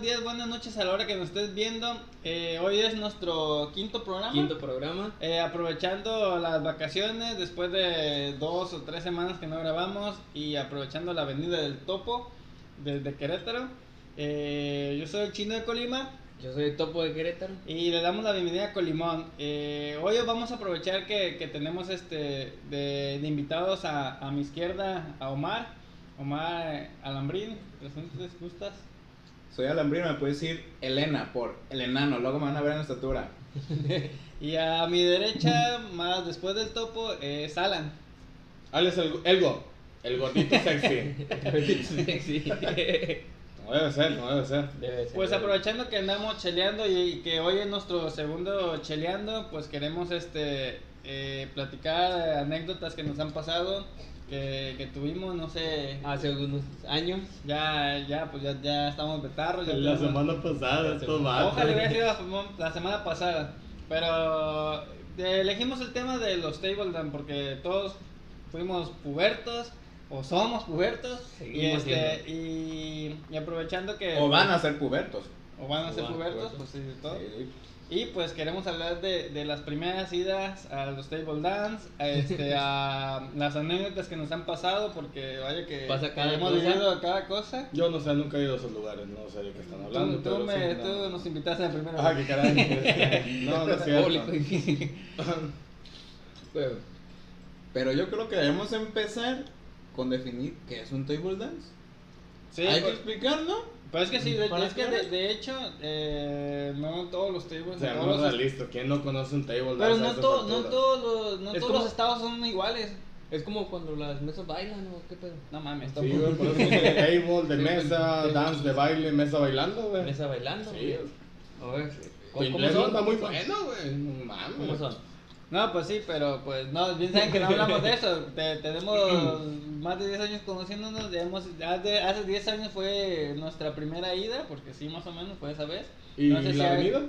días, buenas noches a la hora que nos estés viendo. Eh, hoy es nuestro quinto programa. Quinto programa. Eh, aprovechando las vacaciones, después de dos o tres semanas que no grabamos y aprovechando la venida del topo desde Querétaro. Eh, yo soy el chino de Colima Yo soy el topo de Querétaro. y le damos la bienvenida a Colimón. Eh, hoy vamos a aprovechar que, que tenemos este de, de invitados a, a mi izquierda a Omar. Omar eh, Alambrín, preséntate si gustas. Soy Alambrino, me puedes decir Elena por el enano, luego me van a ver en estatura. Y a mi derecha, más después del topo, es Alan. Alias el, Elgo, el gordito sexy. Sí. No debe ser, no debe ser. Debe ser. Pues aprovechando que andamos cheleando y, y que hoy es nuestro segundo cheleando, pues queremos este eh, platicar anécdotas que nos han pasado, que, que tuvimos, no sé, Ah, Hace algunos años. ya, ya, pues ya, ya estamos betarros. ya La tenemos- semana pasada, estos vatos. Ojalá hubiera sido la famo- la semana pasada, pero eh, elegimos el tema de los table dance porque todos fuimos pubertos. O somos pubertos y, Seguimos este, y, y aprovechando que O van a ser pubertos. o van a ser O van, pubertos, pubertos. pues sí, de todo. Sí. Y pues queremos hablar de, de las primeras idas a los table dance, a, este, a las anécdotas que nos han pasado, porque vaya que Pasa cada hemos cosa. vivido cada cosa. Yo no sé, nunca he ido a esos lugares, no sé de qué están hablando. tú, tú pero me- sí, tú no. nos invitaste a primero. Ah, qué caray. no, no es Público. cierto. Bueno, Pero yo creo que debemos empezar con definir qué es un table dance. sí, Hay que pues, explicarlo. pero es que sí, de, ¿Para es que qué? de, de hecho, eh, no todos los tables, O sea, todos vamos los- a listo. pues, ¿Quién no conoce un table Pues, pero dance a no, esas todo, no alturas? todos los, no Es todos como- los estados son iguales. Es como cuando las mesas bailan o qué pedo. No mames, Sí, tampoco. güey, por eso dice table, de Sí, mesa, sí. dance de baile, mesa bailando, güey. Mesa bailando. Sí. A ver, Tu ¿cómo, inglés son? anda muy bueno, güey. No mames. ¿Cómo son? No, pues sí, pero pues no, bien saben que no hablamos de eso. Te- tenemos más de 10 años conociéndonos, digamos, hace, hace 10 años fue nuestra primera ida, porque sí, más o menos fue esa vez. ¿Y No sé si la hay- avenida?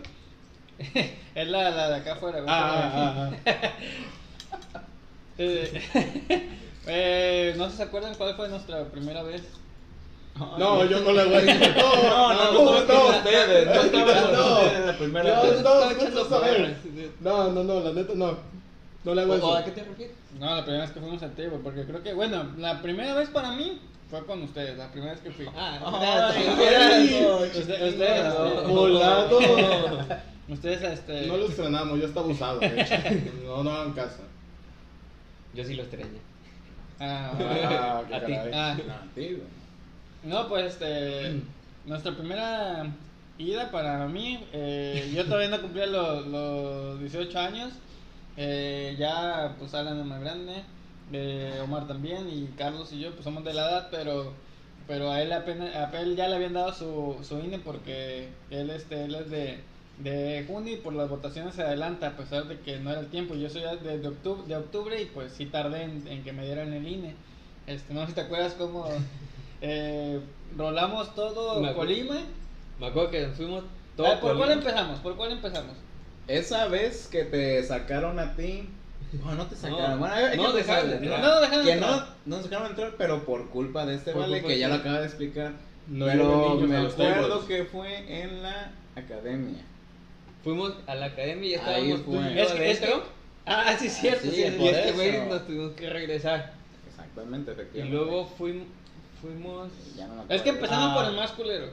Es la, la de acá afuera. güey. Ah, ah, ah, ah. Eh, eh, no sé si se acuerdan cuál fue nuestra primera vez. ah. No, yo no le voy a decir. No, no, no, no, no, no. ustedes, no estaban No. ustedes la primera No, vez. no. Estaba echando saber. porras. No, no, no, la neta no. No le ¿O, hago eso. a qué te refieres? No, la primera vez que fuimos a Tebo, porque creo que, bueno, la primera vez para mí fue con ustedes, la primera vez que fui. Ah, Ustedes, ustedes, no. Volado. ustedes, este... No lo estrenamos, ya está abusado. de hecho. No, no hagan caso. Yo sí lo extrañé. ah, Ah, qué A ti. caray. ah, No, tío. No, pues este. Nuestra primera ida para mí, eh, yo todavía no cumplía los, los 18 años. eh, ya, pues Alan es más grande, eh, Omar también, y Carlos y yo, pues somos de la edad, pero pero a él apenas, a él ya le habían dado su, su INE porque él, este, él es de, de junio y por las votaciones se adelanta, a pesar de que no era el tiempo. Yo soy ya desde octubre, de octubre y pues sí tardé en, en que me dieran el INE. Este, no sé si te acuerdas cómo eh, rolamos todo Me acuerdo. Colima. Me acuerdo que fuimos A ver, ¿Por Colima. cuál empezamos? ¿Por cuál empezamos? Esa vez que te sacaron a ti. Bueno, no te sacaron. No, bueno, hay- hay no que empezar dejaron desde de atrás. entrar. No, dejaron de Que no, entrar. no nos dejaron entrar, pero por culpa de este Por vale culpa que de ya lo este. acaba de explicar. No pero era un niño me en los acuerdo tables. que fue en la academia. Fuimos a la academia y Ahí estábamos tú fue. y yo Es que- es que- adentro. Ah, sí, es cierto. Sí, sí, sí, y por sí. este eso. güey nos tuvimos que regresar. Exactamente, Y efectivamente. luego fuimos. fuimos Ya no me acuerdo. Es que empezamos Ah. por el más culero.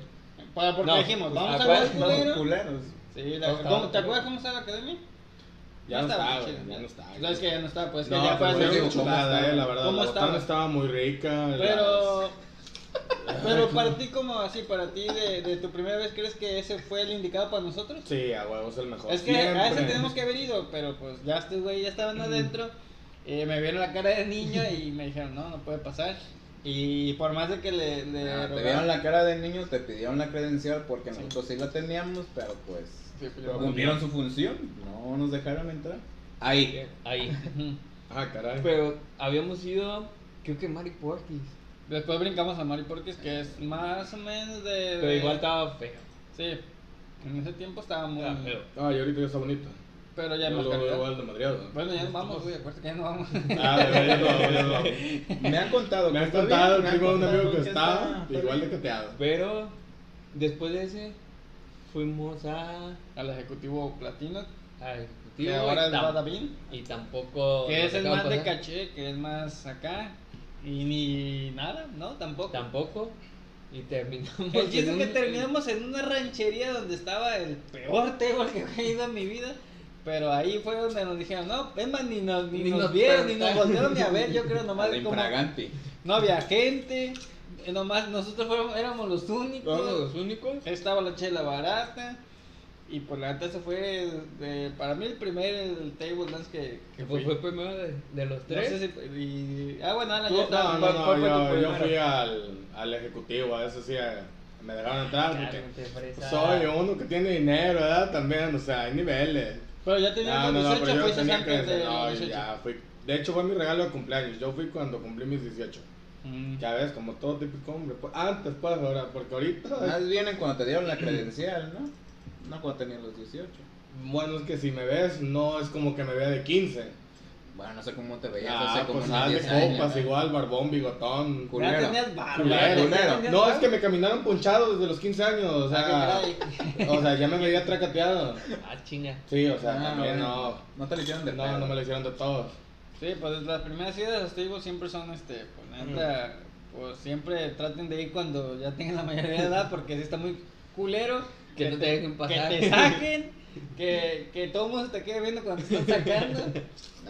Para, porque No, dijimos, pues, vamos al más acuérdate, Los culero. culeros. Sí, No la, estaba ¿cómo- ¿te culero. acuerdas cómo estaba la academia? Ya no chida. estaba, güey, ya no estaba. Sabes que ya no estaba, pues que No, ya fue pero hace fue una mucho. chulada, eh, la verdad. ¿Cómo la estaba? botana estaba muy rica. la- Pero, pero para ti, como así, para ti, de, de tu primera vez, ¿crees que ese fue el indicado para nosotros? Sí, a huevos el mejor. Es que a ese Siempre. tenemos Ah, que haber ido, pero pues ya este güey ya estaban adentro. eh, me vieron la cara de niño y me dijeron, no, no puede pasar. Y por más de que le, le Ah, te rogaron- vieron la cara de niños, te pidieron la credencial porque Sí. nosotros sí la teníamos, pero pues Sí, pues, yo- cumplieron su función, no nos dejaron entrar. Ahí. ahí. Ujú. Ah, caray. Pero habíamos ido, creo que Mari Portis. Después brincamos a Mari Portis, que es más o menos de... Pero igual estaba feo. Sí, en ese tiempo estaba muy... Estaba feo. Ah, y ahorita ya está bonito. Pero ya Yo hay más lo veo calidad. Ah, igual de madreado. Bueno, ya nos vamos, güey, acuérdate que ya no vamos. Ah, de verdad, no, no, no. Me han contado. Me que han está contado, bien, me han tengo un amigo contado que está- está igual de cateado. Pero Después de ese, fuimos a. Al ejecutivo platino. a Ejecutivo. Que y ahora es tam- Badabin. Y tampoco. Que nos es el dejaban más de pasar. caché, que es más acá. Y ni nada, ¿no? Tampoco. Tampoco. Y terminamos. Pues El chiste en es que un- terminamos en una ranchería donde estaba el peor table que he ido en mi vida. Pero ahí fue donde nos dijeron, no, es más, ni nos, ni Ni nos nos vieron, ni nos preguntaron. volvieron ni a ver. Yo creo Nomás nomás de como infragante. no había gente. eh, Nomás nosotros fuéramos- éramos los únicos. Fuimos los únicos. Estaba la chela barata. Y por la neta, ese fue de- para mí el primer table dance que, que Que Pues fui. fue, fue primero de, de los No tres. sé si- y- ah, bueno, Alan, Tú- ya está, no, no, ¿cuál- no, cuál fue tu yo, yo primera? fui al, al ejecutivo, a eso sí, eh, me dejaron entrar porque Cálmate, fresa. soy uno que tiene dinero, ¿verdad? También, o sea, hay niveles. Pero ya tenía No, no, no, 18, pero yo fuiste tenía antes que... de No, 18. ya fui. De hecho, fue mi regalo de cumpleaños. Yo fui cuando cumplí mis 18. Mm. Ya ves, como todo típico hombre. pues, antes, pues, ahora, porque ahorita... Más bien en cuando te dieron la credencial, ¿no? No cuando tenías los 18. Bueno, es que si me ves, no es como que me vea de 15. Bueno, no sé cómo te veías Ah, hace como pues unos nada, de 10 años. copas igual, barbón, bigotón. Culo. Ya Culero. tenías barba. Culero, ya tenías culero. barba. No, es que me caminaron ponchado desde los 15 años, o sea, Ah, que caray. o sea, ya me veía tracateado. Ah, chinga. Sí, o sea, Ah, también bueno. no, No te lo hicieron de no, pedo. no me lo hicieron de todos. Sí, pues las primeras idas a los tables siempre son, este, pues la neta, pues siempre traten de ir cuando ya tengan la mayoría de edad, porque sí está muy culero. Que no te dejen pasar. Que te saquen, que, que todo el mundo se te quede viendo cuando te están sacando.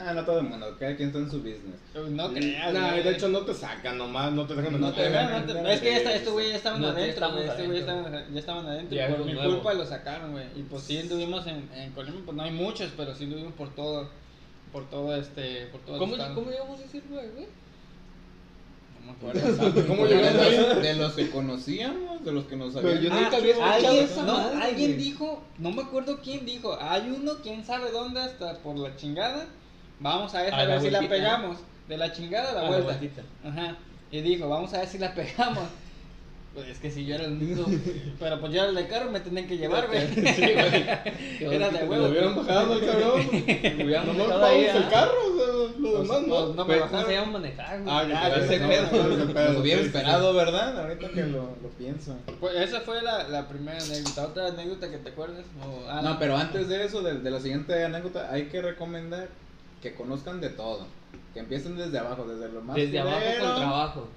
Ah, no todo el mundo, cada quien está en su business. Uy, No creas. Mm, Nah, güey. de hecho no te sacan nomás, no te dejan No Ajá, te entrar. no te- no, es que ya está- estos güeyes ya estaban No, ya adentro, estamos güey, estos güeyes adentro. estaban- ya estaban adentro. y Ya por eran mi nuevos. culpa lo sacaron, güey. Y pues sí anduvimos en, en Colima, pues no hay muchos, pero sí anduvimos por todo, por todo este, por todo el ¿Cómo, estado. ¿Cómo llegamos a ese lugar, güey? No me acuerdo. ¿Cómo de, llegamos ahí? los, de los que conocíamos, de los que nos habían... yo Ah, nunca había escuchado alguien, esa no, madre, alguien güey. dijo, no me acuerdo quién dijo, hay uno, quién sabe dónde, hasta por la chingada, vamos a ver A a la ver si la vueltita. pegamos, de la chingada a la Ah, vuelta. vueltita. Ajá. Y dijo, vamos a ver si la pegamos. Pues es que si yo era el único, pero pues yo era el de carro, me tenían que llevar, güey. Era de Lo huevo. hubieran bajado el cabrón. Hubiéramos Nomás dejado ahí, pagamos ¿ah? el carro, o sea, lo Pues, demás pues, no. no me Pues, bajaron. ¿cómo se llama manejar, güey? Ah, ya, Ah, ya, ese no, pedo. no, ese pedo, Nos hubiera sí, sí, sí. esperado, ¿verdad? Ahorita que lo, lo pienso. Pues esa fue la, la primera anécdota. ¿Otra anécdota que te acuerdes? O- ah, No, pero antes de eso, de, de la siguiente anécdota, hay que recomendar que conozcan de todo. Que empiecen desde abajo, desde lo más Desde abajo culero. con trabajo.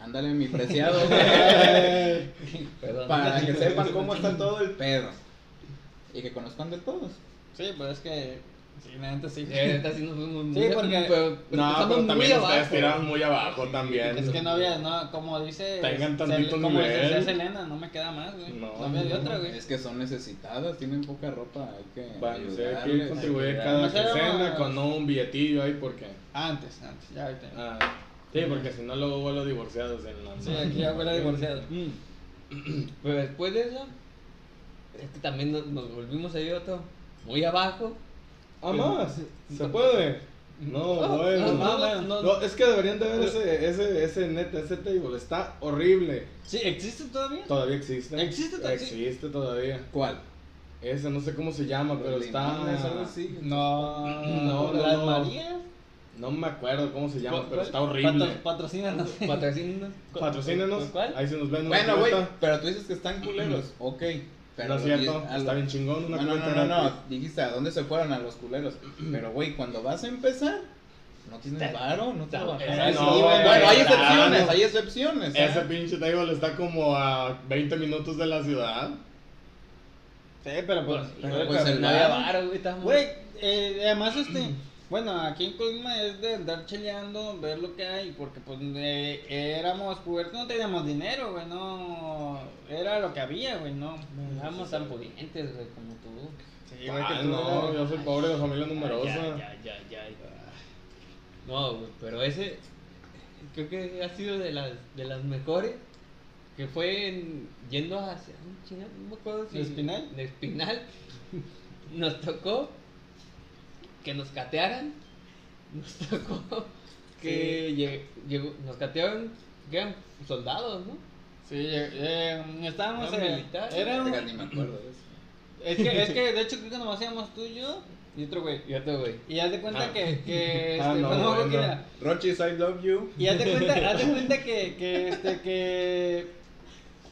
Ándale, mi preciado. Eh, Perdón. para que sepan cómo está todo el pedo. Y que conozcan de todos. Sí, pues es que. Sí, la neta sí. De verdad, sí nos fuimos muy- Sí, porque- pero- Pues, pero No, empezamos pero también muy ustedes abajo. tiraron muy abajo también. Es que no había, no, como dice. Tengan Sel- tantito Como nivel. dice Selena, no me queda más, güey. No, No, había de no, otra, güey. Es que son necesitadas, tienen poca ropa, hay que Bueno, sí, hay que ayudarles. contribuir No cada sé, quincena no. con un billetillo ahí porque... Antes, antes, ya ahorita. Ah, sí, porque si no luego vuelo divorciados en la... Sí, aquí ya huele divorciado. Mm. Pero después de eso, es que también nos, nos volvimos ahí otro muy abajo. Ah, más. ¿Se puede? No, Ah, bueno. ah, No, no, no, es que deberían de ver ese, ese, ese neta, ese table. Está horrible. Sí, ¿existe todavía? Todavía existe. ¿Existe todavía? Existe todavía. ¿Cuál? Ese no sé cómo se llama, pero Los está. limones, algo así. No, No, no, las no. Marías. No me acuerdo cómo se llama, ¿Cuál, pero cuál? está Patro- horrible. Patrocínanos. Patrocínanos. Patrocínenos. ¿Cuál? Ahí se nos ven. una Bueno, güey, cuenta. pero tú dices que están culeros, ok. Pero No es lo cierto. di- a Está lo- bien chingón. Una No, no, cuenta no, no, gratis. no, dijiste a dónde se fueron a los culeros. Pero, güey, cuando vas a empezar, no tienes varo, no te Está- vas Eh, no, Bueno, está- hay excepciones, hay excepciones. ¿eh? Ese pinche table está como a 20 minutos de la ciudad. Sí, pero pues. Pero, pues, el no había bar. bar, güey, estábamos- Güey, eh, además este, bueno, aquí en Colima es de andar cheleando, ver lo que hay, porque pues eh, éramos pubertos, no teníamos dinero, güey, no, era lo que había, güey, no, No éramos vamos tan pudientes, güey, como tú. Sí, güey, que Ah, tú no, eras- yo soy pobre de familia numerosa. Ya, ya, ya, ya. No, güey, pero ese creo que ha sido de las, de las mejores. Que fue en- yendo hacia. ay, chinga, No me acuerdo si. ¿De Espinal? de Espinal. Nos tocó que nos catearan. Nos tocó que lle- llegó- nos catearon. Que eran soldados, ¿no? Sí, eh, eh, estábamos Era en- militar, era un- Verga, ni me acuerdo de eso. es que, es que de hecho creo que nomás íbamos tú y yo y otro güey. Y otro güey. Y haz de cuenta Ah. que, que Ah, este, no, pues, no, bueno. quién era. Rochis, I love you. Y haz de cuenta, haz de cuenta que, que, este, que,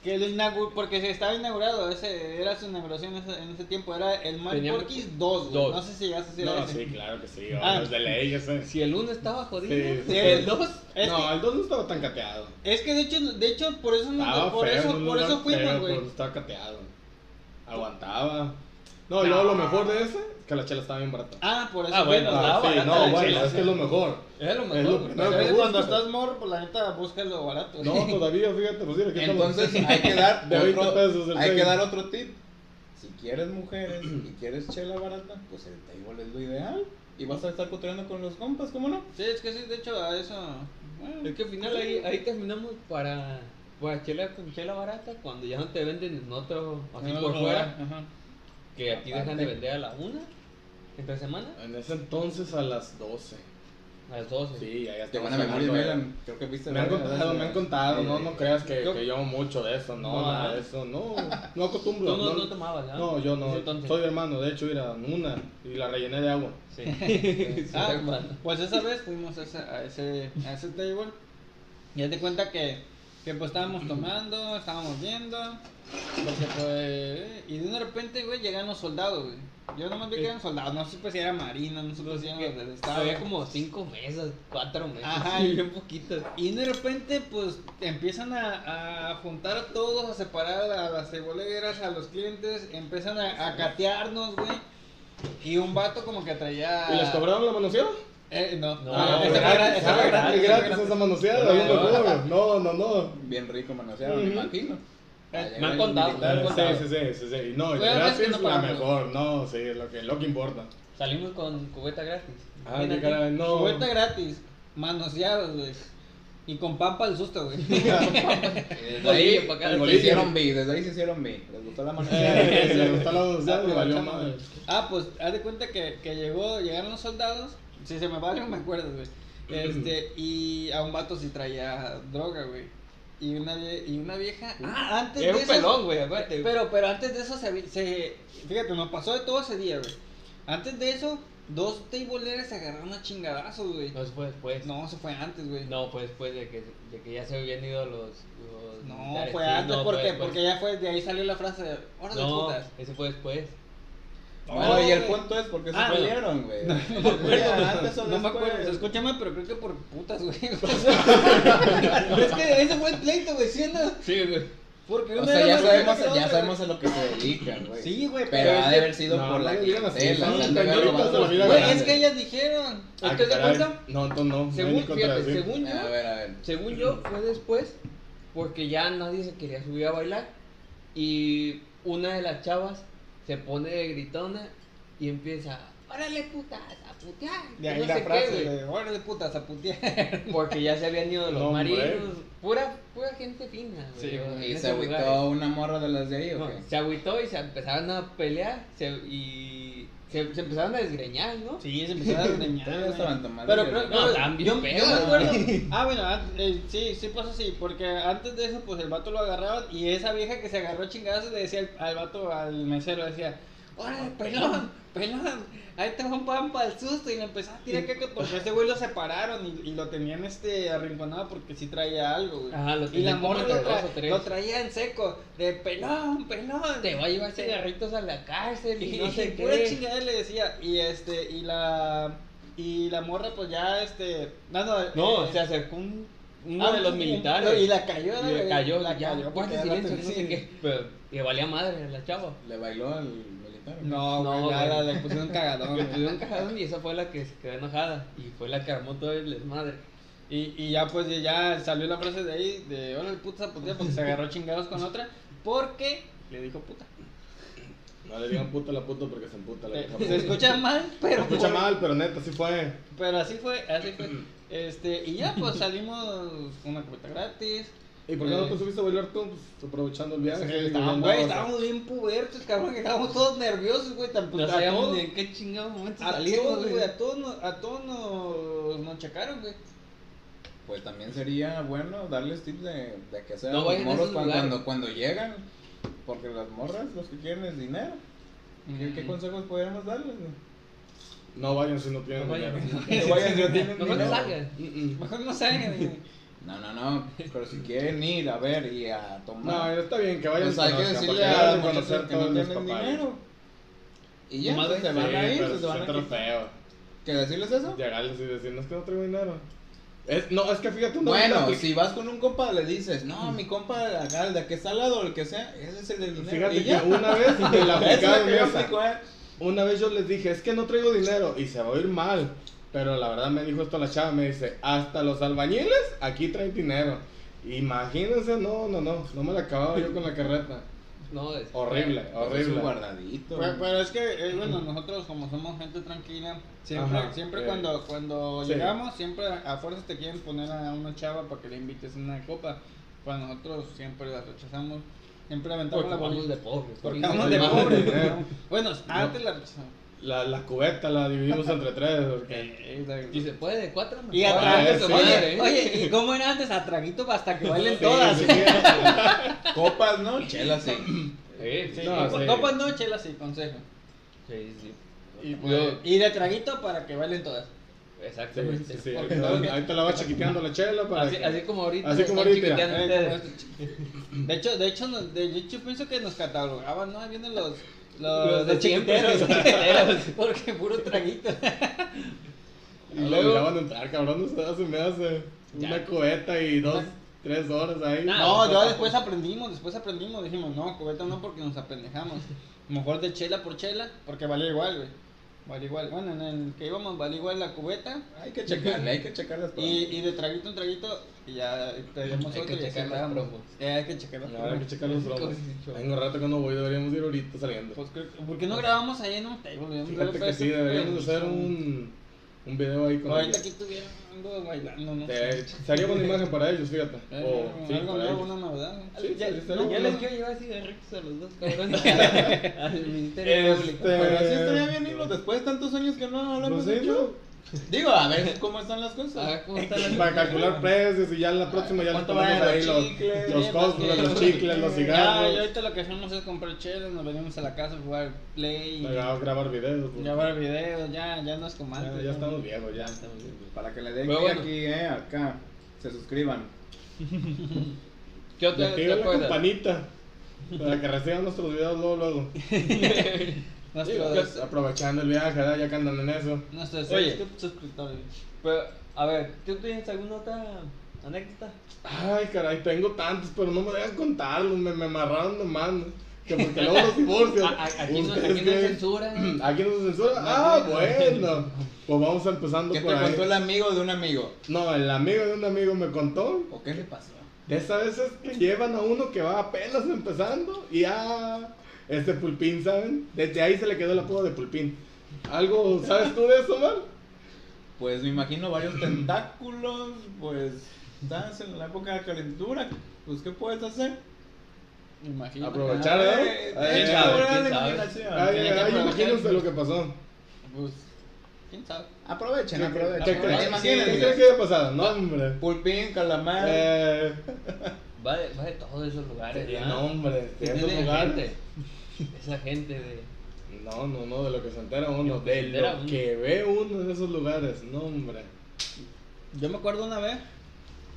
Que lo inauguró, porque se estaba inaugurado, ese, era su inauguración en ese, en ese tiempo, era el Mario Tenía- Porquis 2, güey, Dos. no sé si llegaste a decir No, ese. sí, claro que sí. Ah. vamos, de ley, ya sé. Si el 1 estaba jodido, Sí, sí, el sí. 2. Es no, que- el 2 no estaba tan cateado. Es que de hecho, de hecho por eso, no- Estaba por feo, eso, en un por lugar eso fuimos, feo, güey. pues. pero Estaba cateado. Aguantaba. No, y luego lo mejor de ese es que la chela estaba bien barata. Ah, por eso Ah, bueno, fuimos. estaba sí, barata no, la bueno, chela, es que es lo mejor. Era lo Es lo mejor. güey. primero. no, Pero me cuando gusta. estás morro, pues la neta, busca lo barato. No, güey. todavía, fíjate, pues mira, aquí estamos. Entonces hay que dar De 20 otro, pesos el hay que table. dar otro tip. Si quieres mujeres y quieres chela barata, pues el table es lo ideal. Y vas a estar cotorreando con los compas, ¿cómo no? Sí, es que sí, de hecho, a eso... bueno, Es que al final ahí, ahí terminamos para, para chela con chela barata cuando ya no te venden en otro, así no, por no, fuera, ajá. que aquí dejan Aparte. de vender a la 1 entre semana, En ese entonces a las 12. a las 12. Sí, ya De estaba buena memoria, cenando, eh. Melan. Creo que viste. Me han varias contado, veces. me han contado, Sí, no, sí. no creas que, Yo- que yo mucho de eso, no, No, nada ah. de eso, no, no Tú acostumbro. no, no, tomabas, ¿verdad? no, yo no, Ese entonces. soy hermano, de hecho, era una y la rellené de agua. Sí. Sí, Ah, hermano. Pues esa vez fuimos a ese, a ese, a ese table y haz de cuenta que, que pues estábamos tomando, estábamos viendo, porque pues, y de una repente, güey, llegan los soldados, güey. Yo nomás vi que eran soldados, no supe si era marina, no supe si eran los del estado. Había como 5 mesas, 4 mesas, Ajá. sí, bien poquitas. Y de repente, pues, empiezan a, a juntar a todos, a separar a las ceboleras, a los clientes, empiezan a, a catearnos, güey. Y un vato como que traía... ¿Y les cobraron la manoseada? Eh, Ah. no. No, Ah, no, esa fue gra- esa fue Ah, gratis, gratis esa fue gratis. esa manoseada, No, bien no. mejor. no, no, no. Bien rico manoseado, me Ujú. imagino. Me Ah, ya han era contado, militar. me han Sí, contado. sí, sí, sí, sí, y no, y Fue la vez que gratis no la pagamos. mejor, no, sí, es lo que, lo que importa. Salimos con cubeta gratis. Ah, Imagínate. qué caray, no. Eh, Vuelta gratis, manoseados, güey. Y con pampa el susto, güey. Y Desde Bolillo, ahí pa' acá, se bolillo. hicieron vi, desde ahí se hicieron vi. Les gustó la manoseada. Eh, le gustó la manoseada y valió Aprovechamos, madre. güey. Ah, pues haz de cuenta que, que llegó, llegaron los soldados. Si se me vale, no me acuerdo, güey. Este, y a un vato sí traía droga, güey. Y una, vie- y una vieja. Ah, antes Era de un eso. pelón, güey, acuérdate. Pero, pero antes de eso se, vi- se- Fíjate, nos pasó de todo ese día, güey. Antes de eso, dos tableeras se agarraron a chingadazos, güey. No, eso fue después. Pues No, se fue antes, güey. No, fue después de que, de que ya se habían ido los. los No, militares. fue Sí, antes no, fue porque, pues, después. porque ya fue, de ahí salió la frase de, órale No, putas. eso fue después. No, y el güey. punto es porque se Ah, no. pelearon, güey. No me antes o No me después. acuerdo, escúchame, pero creo que por putas, güey. es que ese fue el pleito, güey, ¿sí o no? Sí, güey. Porque O una sea, era ya más sabemos, rica que ya otra, sabemos a lo que se dedican, güey. güey. Sí, güey, pero, pero ha es de que- haber sido No, no por la le digan así, clientela. son o sea, te habían cañonitas robado de la vida los- Güey, grande. es que ellas dijeron. ¿Es Ah, que qué te caray. cuenta? No, tú no. no hay Según, ni contra fíjate, decir. según Ah, yo, A ver, a ver. según yo, fue después porque ya nadie se quería subir a bailar. Y una de las chavas se pone de gritona y empieza. Órale putas, a putear. De y ahí no sé la qué, frase güey. de, órale putas, a putear. Porque ya se habían ido los No, hombre. marinos. Pura, pura gente fina, güey. Sí, güey. en ¿Y esos se agüitó lugares. una morra de las de ahí o No, qué? se agüitó y se empezaron a pelear se, y se, se empezaron a desgreñar, ¿no? Sí, se empezaron a desgreñar, Ustedes güey. estaban tomando Pero y- creo No, no, estaban bien yo, yo pedos, me güey. acuerdo. Ah, bueno, an- eh, sí, sí pasó así, porque antes de eso, pues el vato lo agarraban y esa vieja que se agarró chingados le decía al, al vato, al mesero, decía, órale, pelón, pelón, ahí te va un pan para el susto y le empezaba a tirar caca porque a ese güey lo separaron y, y lo tenían este arrinconado porque sí traía algo, güey. Ajá, lo y la tenían como morra entre lo, tra- dos o tres. lo traía en seco, de pelón, pelón. Te va a llevar cigarritos a la cárcel y, Y, no sé pura qué. chingada le decía, y este, y la... Y la morra, pues ya, este. No, no, No, eh, se acercó un- uno Ah, de los un- militares. Y la cayó, y le cayó, la ya, cayó. porque guarda ya la silencio, no tenía. sé qué. Pero le valía madre a la chava. ¿Le bailó al militar? No, No, güey, güey. nada, le pusieron cagadón. Le güey. tuvieron cajadón y esa fue la que se quedó enojada. Y fue la que armó todo el desmadre. Y, y ya pues ya salió la frase de ahí de hola el puta putea porque se agarró chingados con otra porque le dijo puta. No le digan puta a la puta porque se emputa la Eh, vieja. Se escucha mal, Se pero escucha mal, pero neta, sí fue. pero así fue, así fue. Este, y ya pues salimos con una cubeta gratis. ¿Y por qué no Eh. te subiste a bailar tú? Pues, aprovechando el viaje. Estábamos, viviendo güey, ahora. estábamos bien pubertos, cabrón, que estábamos todos nerviosos, güey, tan No a sabíamos todos- ni en qué chingado momento a salimos, todos, güey. güey, a todos, nos- a todos nos, nos checaron, güey. Pues también sería bueno darles tips de, de que sean No los vayan a morros esos cuan- lugares. cuando, cuando llegan. Porque las morras, los que quieren es dinero. ¿Qué, Mm. qué consejos podríamos darles? güey? No vayan si no tienen No vayan. dinero. Que vayan si no tienen No, no dinero. salgan. Mm, mm. Mejor no saben. No, no, no. Pero si quieren ir a ver y a No, tomar. está bien, que vayan pues hay que conozcan, decirle porque a deben los muchachos conocer que no todos los tienen papás. dinero. Y ya, Nomás pues, se Sí, van a ir, pero pues, se sí van a está quitar. feo. ¿Que decirles eso? Llegarles y decir, no es que no traigo dinero. Es, no, es que fíjate una Bueno, vez apli- si vas con un compa le dices, no, mi compa de acá, el de aquel salado, el que sea, ese es el del dinero. Pues Fíjate y ya. que una vez me la Esa es la aplicaron que yo esa. aplico, eh. Una vez yo les dije, es que no traigo dinero y se va a ir mal. Pero la verdad me dijo esto la chava, me dice, hasta los albañiles aquí traen dinero. Imagínense, no, no, no, no me la acababa yo con la carreta. No, es- Horrible, Pues Es un horrible. guardadito. Pero, pero es que, eh, bueno, nosotros como somos gente tranquila, siempre, Ajá, siempre eh. cuando, cuando Sí. llegamos, siempre a fuerzas te quieren poner a una chava para que le invites una copa. Cuando nosotros siempre la rechazamos, siempre aventamos pues, Porque la vamos bolita. de pobres. Porque Hijo vamos de madre. madre. pobres. Eh. ¿no? Bueno, antes la rechazamos. La, la cubeta la dividimos entre tres. Porque... Eh, la- Y se puede de cuatro. Y mejor. a atrás, Ah, traguitos, sí. su madre, oye, ¿eh? oye, ¿y cómo era antes? A traguito hasta que bailen Sí, todas. sí, Sí, Copas, ¿no? Chelas, Eh, sí. Sí, No, con sí. copas no, chelas y consejo. sí, sí. Y, Yo- y de traguito para que bailen todas. Sí, Exactamente. sí, sí, Porque ahí, todos- ahí te la va chiquiteando la chela para Así, que- así como ahorita. Así se como están ahorita. chiquiteando ustedes. De hecho, de hecho, nos- de hecho pienso que nos catalogaban, ¿no? Ahí vienen los, los, Los de de siempre, chiquiteros. los chiquiteros. Porque puro traguito. Y luego Luego- miraban entrar, cabrón, ustedes se me hace Ya. una cubeta y dos, tres horas ahí. Nah, No, pues, no, yo no. después aprendimos, después aprendimos, dijimos, no, cubeta no porque nos apendejamos. Mejor de chela por chela, porque valía igual, güey. Valía igual. Bueno, en el que íbamos valía igual la cubeta. Hay que checarle, hay que checar las Y, y de traguito en traguito, y ya pedíamos Hay que otro y así checar las andábamos. promos. Eh, hay que checar Pues las Ahora hay que promos. checar los bromos. Tengo rato que no voy, deberíamos ir ahorita saliendo. Pues, creo- ¿Por qué no grabamos ahí en un table? güey? Un Fíjate table que sí, deberíamos parece- hacer un, un video ahí con Ahorita aquí ellos. estuvieron ando bailando, ¿no? Te- Sería buena imagen para ellos, fíjate. Eh, O, sí, algo para nuevo, ellos. una novedad. ¿no? Sí, Ya, sí, estaría ya bueno. les quiero llevar cigarritos a los dos cabrones. al Ministerio Público. Este- Pero así estaría bien irnos después de tantos años que no hablamos Pues de sí, ello. Digo, a ver cómo están las A Ah, cosas. ver cómo está la Para calcular precios y ya en la próxima ya les ¿Cuánto ponemos valen ahí los los, chicles? los Sí, costos de porque- los chicles, los Ya, y cigarros. ahorita lo que hacemos es comprar chelas, nos venimos a la casa a jugar play, Para grabar videos. pues. grabar videos, ya, ya no es como Ya, antes. ya ¿no? estamos viejos, ya. Para que le den Pero click bueno. aquí, eh, acá. Se suscriban. ¿Qué Le otra activan te la acuerdas? campanita para que reciban nuestros videos luego, luego. Nuestros, Sí, aprovechando el viaje, ¿verdad? ya que andan en eso. nuestros Oye. sus- suscriptores. este, Pero, a ver, ¿tú tienes alguna otra anécdota? Ay, caray, tengo tantos, pero no me dejan contarlos, me, me amarraron nomás. ¿no? Que porque luego los divorcios. A- a- Aquí no Ustedes aquí no hay creen- censura. Aquí no se censura. Ah, bueno. Pues vamos empezando ¿Qué te por ahí. contó el amigo de un amigo? No, el amigo de un amigo me contó ¿O qué le pasó? de esas veces que llevan a uno que va apenas empezando y ya este pulpín, ¿saben? Desde ahí se le quedó el apodo de pulpín. ¿Algo sabes tú de eso, man? Pues me imagino varios tentáculos, pues estás en la época de calentura, pues ¿qué puedes hacer? Imagínate. Aprovechar, ¿eh? Eh, Ay, eh, sabe, pura quién la sabe. imaginación. ay, tiene que ay, aprovechar. imagínense lo que pasó. Pues, quién sabe. Aprovechen, aprovechen. ¿Qué Aprovechen. crees? Imagínense. ¿Qué crees que haya pasado? No, hombre. Pulpín, calamar. Eh, Va de, va de todos esos lugares, sí, ¿verdad? no, hombre. Que Esos tiene lugares. gente, Esa gente de. No, no, no, de lo que se entera uno. Lo que se De entera lo uno. que ve uno en esos lugares. No, hombre. Yo me acuerdo una vez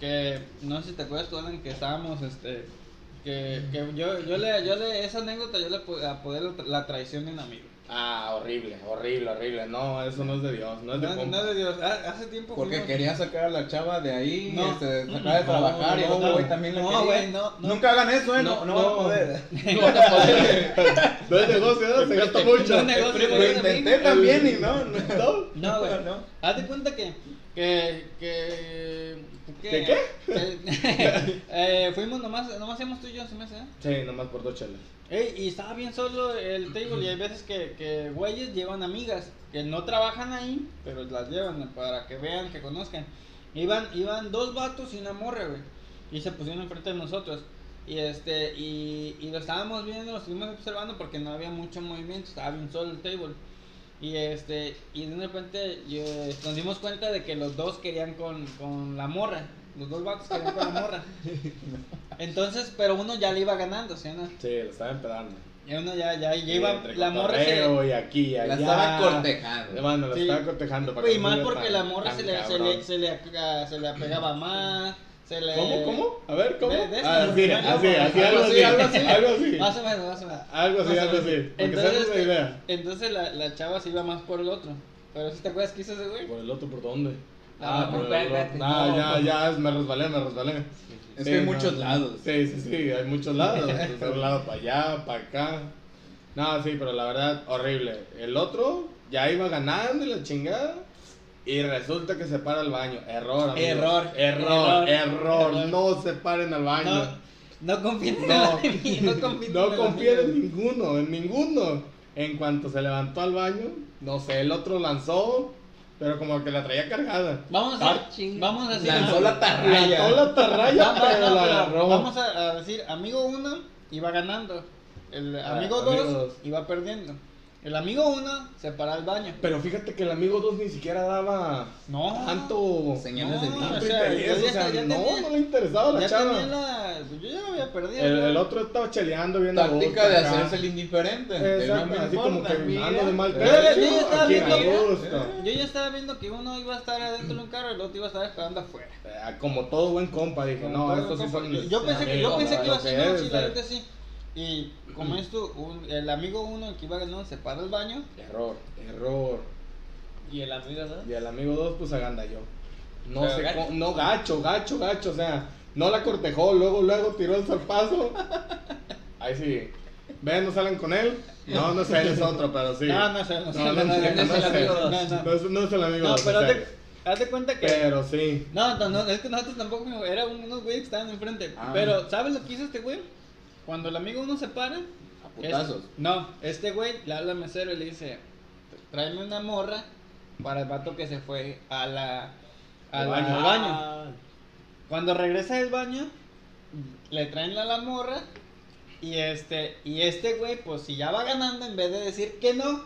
que, no sé si te acuerdas tú, Alan, que estábamos, este, que, que yo, yo, le, yo le, esa anécdota yo le pu- apodé la, la traición de un amigo. Ah, horrible, horrible, horrible. No, eso no es de Dios, no es de No, compa. no de Dios, ha- hace tiempo Porque fuimos- quería sacar a la chava de ahí, No. este, sacar de No, trabajar y no, otro güey no. también la No, quería. güey, no, no. Nunca hagan eso, eh, No, no, no van a no. poder. No van a poder. No es negocio, ¿no? se gasta mucho. No es negocio, El primo- güey. Lo intenté también ¿eh? y no, no. no. No, güey. No. Haz de cuenta que. Que. Que. ¿Que qué? que- eh, fuimos nomás. Nomás íbamos tú y yo, se me hace. ¿eh? Sí, nomás por dos chelas. Ey, y estaba bien solo el table. Y hay veces que, que güeyes llevan amigas. Que no trabajan ahí, pero las llevan para que vean, que conozcan. Iban, iban dos vatos y una morra, güey. Y se pusieron enfrente de nosotros. Y este, y, y lo estábamos viendo, lo estuvimos observando porque no había mucho movimiento, estaba bien solo el table. Y este, y de repente yo- nos dimos cuenta de que los dos querían con, con la morra. Los dos vatos querían con la morra. Entonces, pero uno ya le iba ganando, ¿sí o no? Sí, lo estaban pedando. Y uno ya, ya, ya iba, Entre la morra se... cotorreo Y aquí, y La allá. estaban cortejando. Bueno, la Sí. estaban cortejando. para Y que no más estuviera porque tan- la morra tan se le, se, cabrón. le, se, le, ac- se le apegaba más, Se le... ¿Cómo? ¿Cómo? A ver, ¿cómo? De- de esto, Ah, así, de- así, de- así, de- algo así, de- algo así, algo así. Más o menos, más o menos. Algo así, Más o algo menos. así, para que se hagan Entonces, una este, idea. entonces la, la chava se iba más por el otro. Pero si te acuerdas que hizo ese güey. ¿Por el otro por dónde? Ah, Ah, por el espérate, otro. no, Ah, por- ya, ya, me resbalé, me resbalé. Es Sí, que hay no, muchos no. lados. Sí, sí, sí, hay muchos lados. Es un lado para allá, para acá. No, sí, pero la verdad, horrible. El otro ya iba ganando y la chingada. Y resulta que se para al baño. Error, amigos. Error. Error, Error. error. Error. No se paren al baño. No, no confíen en No. la mí, No confíen No la confíen en mí. ninguno, en ninguno. En cuanto se levantó al baño, no sé, el otro lanzó, pero como que la traía cargada. Vamos a Ah, Ah, ching- vamos a decir. Lanzó la tarraya. Lanzó la tarraya, Vamos, pero no, la pero agarró. vamos a, a decir, amigo 1 iba ganando. El Ah, amigo amigo 2 dos. iba perdiendo. El amigo 1 se paró al baño. Pero fíjate que el amigo 2 ni siquiera daba No. tanto, Señales de No, vida. tanto Ah, o sea, interés. ya O sea, está- ya no, tenía- no le interesaba la Ya chava. tenía la. pues Yo ya lo había perdido. El, ¿no? el otro estaba cheleando bien a Táctica gusto de acá. hacerse el indiferente. De no Exacto, me así como importa, que mira. ando de mal Eh, Pero pecho, yo ya estaba aquí viendo- a gusto. Yo ya estaba viendo que uno iba a estar adentro de un carro y el otro iba a estar esperando afuera. Ah, Como todo buen compa, dije, Como no, todo estos sí compa- son yo- mis Yo pensé que, amigos, yo pensé que iba a lo ser, no, es, sí, la eh. neta sí. Y como esto, un- el amigo uno, el que iba ganando, se paró al baño Error, error. y el amigo dos. Y el amigo 2, pues agandalló. No Pero sé, gacho. cómo- no, gacho, gacho, gacho. O sea, no la cortejó, luego, luego tiró el zarpazo. Ahí sí. Ven, no salen con él. No, no sé, él es otro, pero sí. No, no sé, no sé. No, no, no, no, no, no, no, es el no, amigo no, dos. No Eh. es, no es el amigo No, 2. pero hazte hazte cuenta que. pero sí. No, no, no, es que nosotros tampoco, amigo, era un- unos güeyes que estaban enfrente. Ah. Pero, ¿sabes lo que hizo este güey? Cuando el amigo uno se para, A putazos. Este- no, este güey le habla al mesero y le dice, tráeme una morra para el vato que se fue a la, a la- Al baño. al baño. Cuando regresa del baño, le traen a la morra y este, y este güey, pues si ya va ganando, en vez de decir que no,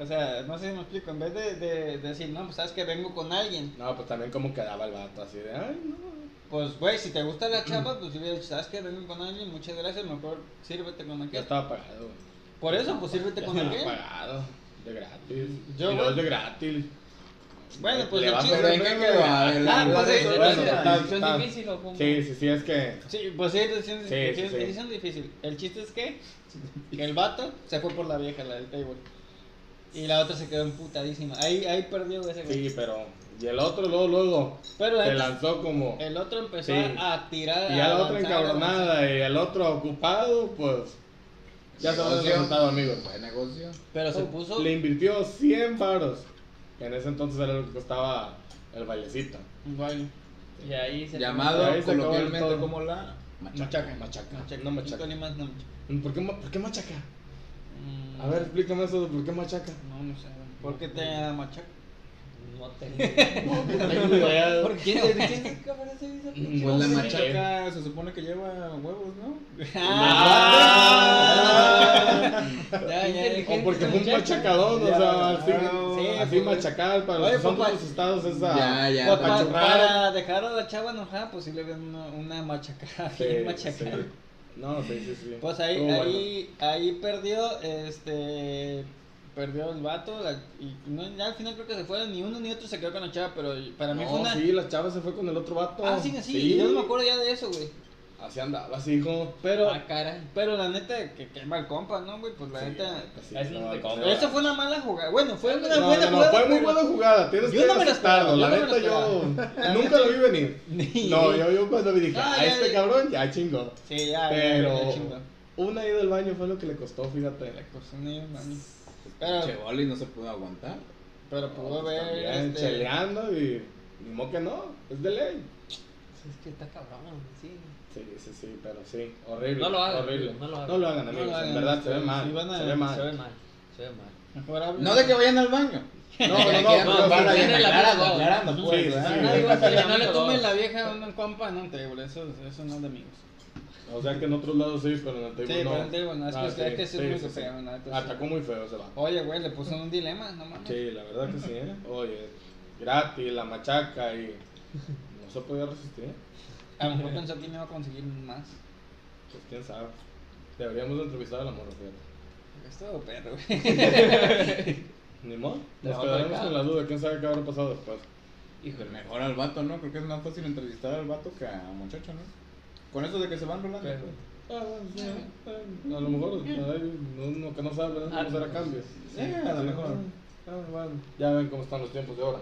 o sea, no sé si me explico, en vez de, de decir, no, pues sabes que vengo con alguien, No, pues también como quedaba el vato así de, ay, no. pues güey, si te gusta la chapa, pues yo hubiera dicho, sabes que vengo con alguien, muchas gracias, mejor sírvete con Ya aquel. estaba pagado. güey. Por eso, pues sírvete Ya con estaba aquel. pagado. De gratis. Yo, y luego güey. es de gratis. Bueno, pues Le el va a chiste- Pero en qué quedó. A ver, la- Ah, la- pues, la- eh, la- eh, la- tal, Decisión tal. difícil o cómo? Sí, sí, sí, es que. Sí, pues sí, decisión, Sí, decisión- sí, sí. decisión difícil. El chiste es que que el vato se fue por la vieja, la del table. Y la otra se quedó emputadísima. Ahí, ahí perdió ese güey. Sí, pero. Y el otro, luego, luego. Pero Se antes, lanzó como. el otro empezó Sí. a tirar. Y ya la a otra avanzar, a avanzar. encabronada y el otro ocupado, pues. Ya se va el Negocio. resultado, amigos. Buen negocio. Pero se puso. Oh, Le invirtió 100 varos. que En ese entonces era lo que costaba el bailecito. Igual. Y ahí se Ahí Llamado se acabó el coloquialmente todo. como la machaca. Machaca. machaca, Machaca. no machaca. Ni más, no machaca. ¿Por qué, ma- por qué machaca? Mm, A ver, explícame eso de por qué machaca. No, no sé. güey. ¿Por qué te machaca? No tengo idea. No tengo idea. ¿Por qué? ¿De quién es cabrón se hizo? Mm, Pues la Sí. machaca se supone que lleva huevos, ¿no? Ah. Ya, ya. O porque fue un Machaca. machacadón, o sea, así, Sí, así pues. machacar para los Oye, que son de pues, otros estados esa. Ya, ya. Pues, pa- también. para, Pachurrada. dejar a la chava enojada, pues sí le ven una, una machacada. Sí, bien machacada. sí. No, sí, sí, sí. Pues ahí, Estuvo ahí, ahí perdió, este, perdió el vato. la- y no- ya al final creo que se fueron, ni uno ni otro se quedó con la chava, pero para mí bueno. fue No, una... sí, la chava se fue con el otro vato. Ah, sí, sí, yo no me acuerdo ya de eso, güey. Así andaba, así, hijo. Pero, Ah, caray. pero la neta, que, que mal compa, ¿no, güey? Pues la Sí, neta... pues sí, Eso no, no te no, compro. no. Esa fue una mala jugada. Bueno, fue una No, buena no, no, jugada. fue muy pero- buena jugada. Tienes Yo que no me la aceptarlo. La esperaba, yo no neta, me la yo esperaba. nunca lo vi venir. Ni- No, yo, yo cuando me dije, Ah, a ya, este ya. cabrón ya chingó. Sí, ya, ya, Pero- ya, chingo. Una ida al baño fue lo que le costó, La fíjate. cosa, no, mami. Che, Pero, Oli no se pudo aguantar. pero pudo ver... pues, También Pues, este, cheleando y ni modo que no, es de ley. Es que está cabrón, sí. Sí, sí, sí, pero sí, horrible. No lo hagan, horrible. no lo hagan. No amigos, lo hagan, en verdad se ve sí, mal. sí van a- se ve Se ve mal. mal, se ve mal. mejor hablen. No de que vayan al baño. No, no, Que no, quieran no, comprar, no, vayan no, no, aclarando, no, aclarando, no, pues, sí, sí, ¿verdad? sí. Ah, No, digo, que no le Pero tomen dos. la vieja a un compa en un table, eso, eso no es de amigos. O sea que en otros lados sí, pero en el Sí, table no. pero en table no, es Ah, que ustedes que sí, se sí, me sí, sí. copiaron, la neta, sí. Atacó muy feo ese va. Oye, güey, le puso en un dilema, no mames. Sí, la verdad que sí, ¿eh? Oye, gratis, la machaca y. No se podía resistir. A lo mejor pensó que no iba a conseguir más. Pues quién sabe. Deberíamos de entrevistar a la morra, fíjate. Esto, perro, güey. Ni modo. Te Nos va a quedaremos tocar. con la duda. Quién sabe qué habrá pasado después. Híjole, mejor al vato, ¿no? Creo que es más fácil entrevistar al vato que a muchacho, ¿no? Con eso de que se van rolando. Pero- pues. Ah, sí, ah, A lo mejor hay uno que no sabe, ¿verdad? Ah, ¿Cómo será no. cambios? Sí, a lo mejor. Ah, bueno, Ya ven cómo están los tiempos de ahora.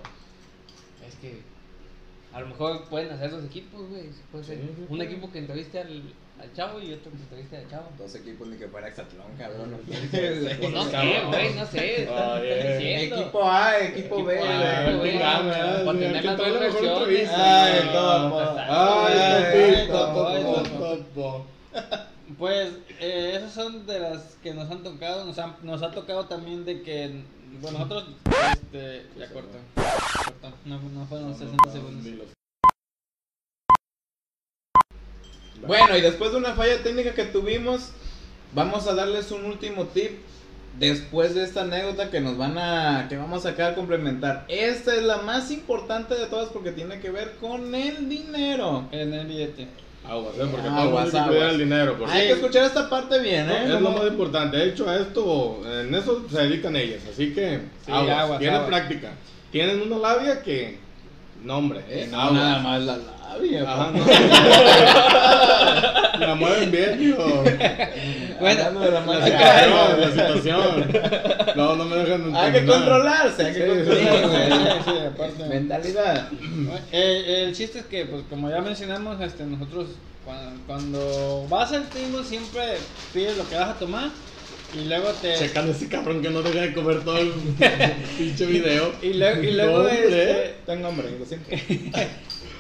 Es que a lo mejor pueden hacer dos equipos, güey. se Puede ser Sí, sí, un sí. equipo que entreviste al, al chavo y otro que entreviste al chavo. Dos equipos ni que fuera Exatlón, cabrón. no Pues no sé, cabrón. güey, no sé. están- Ay, están eh. diciendo. Equipo A, equipo B. Equipo A, A ver, güey. ¿quién gana? Por A ver, tener ¿quién las trae dos la mejor versiones. entrevista? Ay, topo. Ay, Ay, topo, topo, ay, topo. topo. Pues eh, esas son de las que nos han tocado, nos, han- nos ha tocado también de que bueno, nosotros este ya corto. Corto. No, no fueron 60 segundos. Bueno, y después de una falla técnica que tuvimos, vamos a darles un último tip. Después de esta anécdota que nos van a, que vamos acá a complementar. Esta es la más importante de todas porque tiene que ver con el dinero. En el billete. Aguas, ¿eh? porque Aguas, todo el mundo quiere aguas. cuidar el dinero. porque- Hay que escuchar esta parte bien, Es ¿eh? lo más importante. De hecho, a esto, en eso se dedican ellas. Así que, Sí, aguas, aguas, tienen aguas. práctica. Tienen una labia que. Nombre, Eh, ¿eh? no, Aguas. nada más la labia. Ajá, pa. pues. no. la mueven bien, yo. Bueno, Hablando de la La mala situación, cara. la situación. No, no me dejan Hay que terminar. controlarse, hay que Sí, sí, Sí, controlarse. sí, aparte. Mentalidad. Eh, el chiste es que, pues como ya mencionamos, este, nosotros cuando, cuando vas al tingo siempre pides lo que vas a tomar y luego te... Checando ese cabrón que no deja de comer todo el pinche video. Y, luego- y luego No, hombre. este, Tengo hambre, lo siento.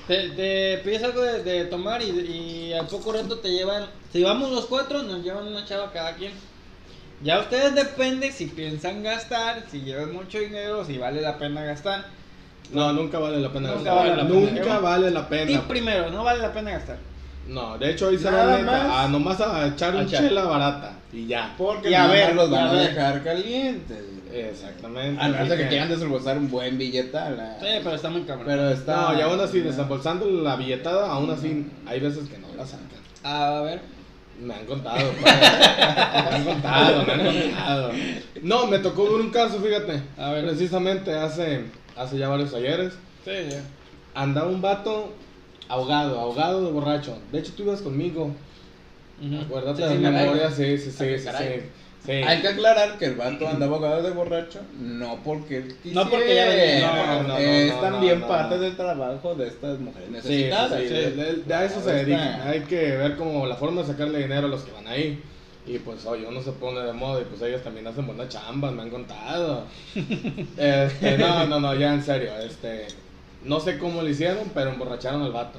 te, te pides algo de, de tomar y, y al poco rato te llevan... Si vamos los cuatro, nos llevan una chava cada quien. Ya ustedes depende si piensan gastar, si llevan mucho dinero, si vale la pena gastar. No, nunca vale la pena. Nunca gastar. vale la pena. Nunca vale la Y pena. primero, no vale la pena gastar. No, de hecho, ahí se Nada va más. neta. A nomás a echar A un echar. chela barata. Y ya. Porque Y a nada ver, más los van y a a ver. dejar calientes. Exactamente. A menos de que Así quieran desembolsar un buen billetal. ah. Sí, pero está muy cabrón. Pero está. No, y aún así, desembolsando la billetada, aún así, hay veces que no la sacan. A ver. Me han contado, padre. me han contado, me han contado. No, me tocó ver un caso, fíjate. A ver. Precisamente hace, hace ya varios ayeres, Sí, ya. andaba un vato ahogado, ahogado de borracho. De hecho, tú ibas conmigo. Ujú. Acuérdate Sí, de sí, las me memorias, sí, sí, sí, Ah, sí, caray. sí. sí. Hay que aclarar que el vato andaba abogado de borracho, no porque él quisiera. No porque ya venía. No, no, no, es no, también no, no. parte del trabajo de estas mujeres Sí, sí, necesitadas. sí, de- de- de a eso se Ahí está. dedican. Hay que ver como la forma de sacarle dinero a los que van ahí. Y pues, oye, uno se pone de moda y pues ellas también hacen buenas chambas, me han contado. Este, no, no, no, ya en serio. Este, no sé cómo lo hicieron, pero emborracharon al vato.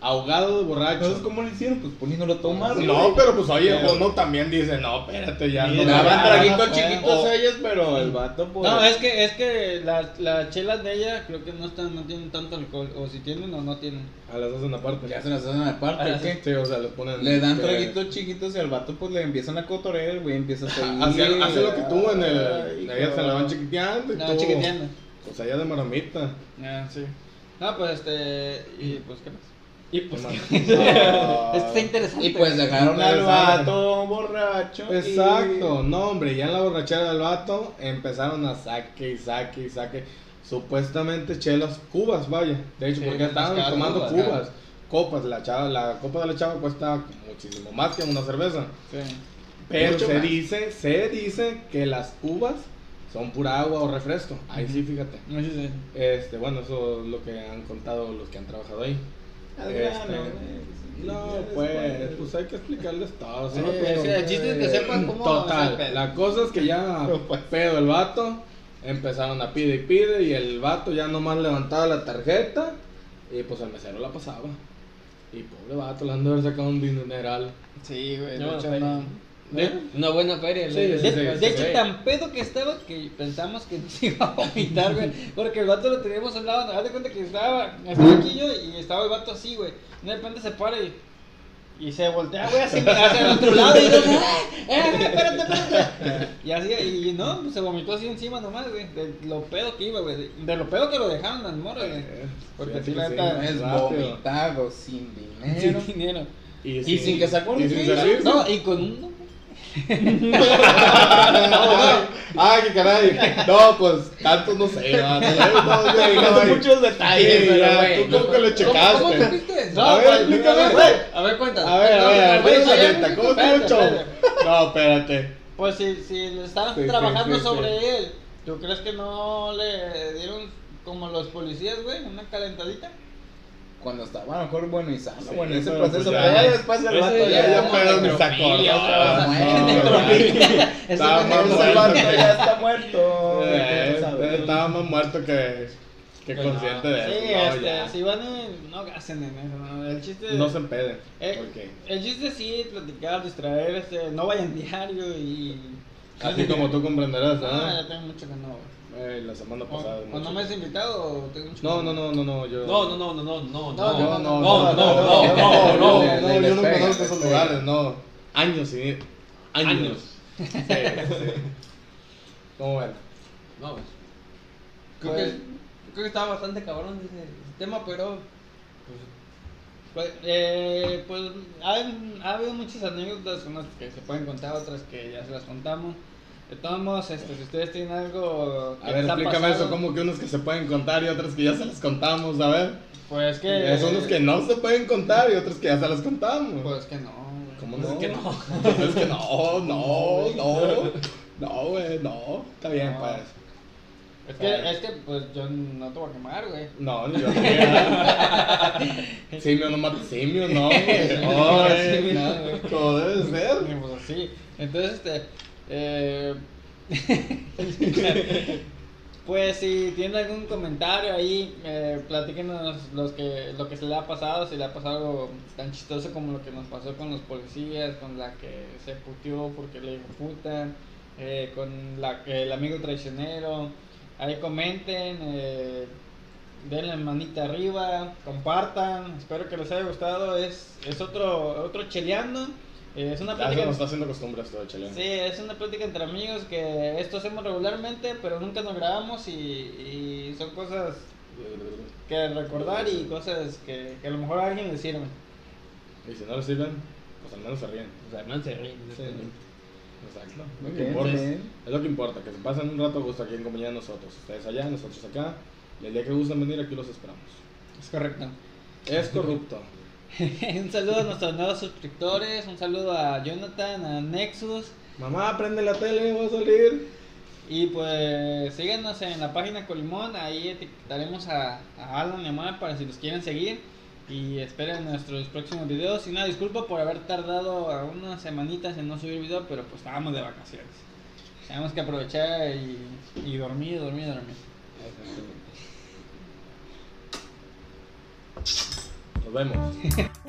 Ahogado de Entonces, borracho. ¿cómo lo hicieron? Pues poniéndolo a tomar. No, güey. pero pues oye, Pero- uno también dice, no, espérate, ya Mira, no. la Daban van ya, traguito traguitos no puedo". chiquitos ellos, pero el vato, pues. No, es que, es que las, las chelas de ella creo que no están, no tienen tanto alcohol, o si tienen o no tienen. A las dos en la parte. Ya se las hacen aparte, ¿qué? Ah, Sí, o sea, les ponen. Le dan que- traguitos chiquitos y al vato pues le empiezan a cotorear, el güey empieza a seguir. Hace, hace lo que tú en el. Ay, Ellas se la van cabrón. chiquiteando y No, tú- chiquiteando. O sea, ya Pues de maramita. Ah, sí. No, pues este. Y pues, ¿qué más? Y pues, Qué ¿qué mal. más? Esto está interesante. Y pues dejaron al vato borracho. y- Exacto, no hombre, ya en la borrachera del vato empezaron a saque y saque y saque. Supuestamente chelas, cubas, vaya. De hecho, Sí, porque estaban mascar tomando cubas, cubas, copas. La, chava, la copa de la chava cuesta muchísimo más que una cerveza. Sí. Pero Mucho se más. dice, se dice que las uvas son pura agua o refresco. Ahí sí, fíjate. No sé si- Este, bueno, eso es lo que han contado los que han trabajado ahí. Al Este, grano, güey. No, Ya pues, después. pues hay que explicarles todo. Sí, ¿no? Pero- sí, el chiste es que sepan cómo Total, hacer pedo. la cosa es que ya pedo el vato, empezaron a pide y pide y el vato ya nomás levantaba la tarjeta y pues el mesero la pasaba. Y pobre vato, le han de haber sacado un dineral. Sí, güey. No, de hecho, feria. no. ¿Eh? Una buena feria. Sí, güey. De, sí, de hecho, tan pedo que estaba que pensamos que nos iba a vomitar, güey. Porque el vato lo teníamos a un lado. Haz de cuenta que estaba, estaba aquí yo y estaba el vato así, güey. De repente se para y, y se voltea, güey, así hacia el otro lado. Y yo, ¡eh! ¡eh! ¡Espérate, espérate! Y así, y no, pues se vomitó así encima nomás, güey. De lo pedo que iba, güey. De, de lo pedo que lo dejaron las morras, güey. Porque Sí, sí, la sí, neta, sí, Es pues, rápido. vomitado, sin Sin dinero. dinero. Y, sin que sacó y ni sin un peso. servicio. No, y con un. Ah, qué caray. No, pues tantos no sé. No, no, güey, no, güey. Muchos detalles, Sí, pero, ya, güey, tú no. como que lo checaste. ¿Cómo supiste eso? A ver, pues, explícame. güey. A ver, cuéntanos. A ver, a ver, a ver, Pues, déjame, oye, ¿cómo te espérate, lo espérate. echo? No, espérate. Pues si, si están Sí, sí, trabajando sí, sí. sobre él, ¿tú crees que no le dieron como los policías, güey? Una calentadita. Cuando estaba a lo mejor bueno y sano, Sí, bueno, ese pero proceso. pues ya. pero ya después el Ese vato ya- ya. ya como fueron mis acordes, necrofilia, o sea, ah, no, muerto, güey. Eso Estaba es más muerto. Ese vato ya está muerto. güey, Eh, tú sabes. Estaba más muerto que, que Pues no. consciente Sí, de eso. este, No, ya. si van en, no gasten en eso, ¿no? El chiste No se empeden. Eh, Porque El chiste sí, platicar, distraer, este, no vayan diario y... así como tú comprenderás, Ah, ya ¿ah? tengo mucho que no, güey. Eh, la semana O, pasada. o no mucho. me has invitado o tengo mucho no, que no, no, no, no, yo. No, no, no, no, no, no, No, No, no, no. no, no, no, no, no, yo no, yo no despega, conozco esos despega. lugares, no. Años sin ir. Años. Sí, sí. ¿Cómo ven? No, pues. Creo que, creo que estaba bastante cabrón ese tema, pero. Pues, eh, pues hay- ha habido muchas anécdotas, unas que se pueden contar, otras que ya se las contamos. De todos modos, este, si ustedes tienen algo... que A ver, les ha explícame pasado, eso, como que unos que se pueden contar y otros que ya se las contamos, a ver. Pues que... Es unos que no se pueden contar y otros que ya se las contamos. Pues que no, güey. ¿Cómo Pues no? es que no. Pues es que no, no, no. No, güey, no. Está bien, No. pues. Es que, es que, pues yo no te voy a quemar, güey. No, ni yo te Simio no mata simio, no, güey. No, güey, no, Como debe Y, ser. pues así. Entonces, este. eh, pues si tienen algún comentario ahí, eh, platíquenos los que, lo que se le ha pasado, si le ha pasado algo tan chistoso como lo que nos pasó con los policías, con la que se puteó porque le dijo puta, eh, con la, que- el amigo traicionero. Ahí comenten, eh, denle manita arriba, compartan. Espero que les haya gustado. Es, es otro, otro cheleando. eh, es una Ya Ah, se plática. nos está haciendo costumbre esto, chale. Sí, es una plática entre amigos que esto hacemos regularmente, pero nunca nos grabamos y, y son cosas eh, que recordar y cosas que, que a lo mejor a alguien le sirven. Y si no lo sirven, pues al menos se ríen. Pues además se ríe. Exacto. Muy Lo que bien, importa. muy bien. Es lo que importa, que se pasen un rato a gusto aquí en compañía de nosotros. Ustedes allá, nosotros acá. Y el día que gusten venir, aquí los esperamos. Es correcto. Es corrupto. un saludo a nuestros nuevos suscriptores, un saludo a Jonathan, a Nexus. Mamá, prende la tele, voy a salir. Y pues síganos en la página Colimón, ahí etiquetaremos a, a Alan y a Mar para si los quieren seguir. Y esperen nuestros próximos videos. Y una disculpa por haber tardado a unas semanitas en no subir video, pero pues estábamos de vacaciones. Tenemos que aprovechar y, y dormir, dormir, dormir. Nos vemos.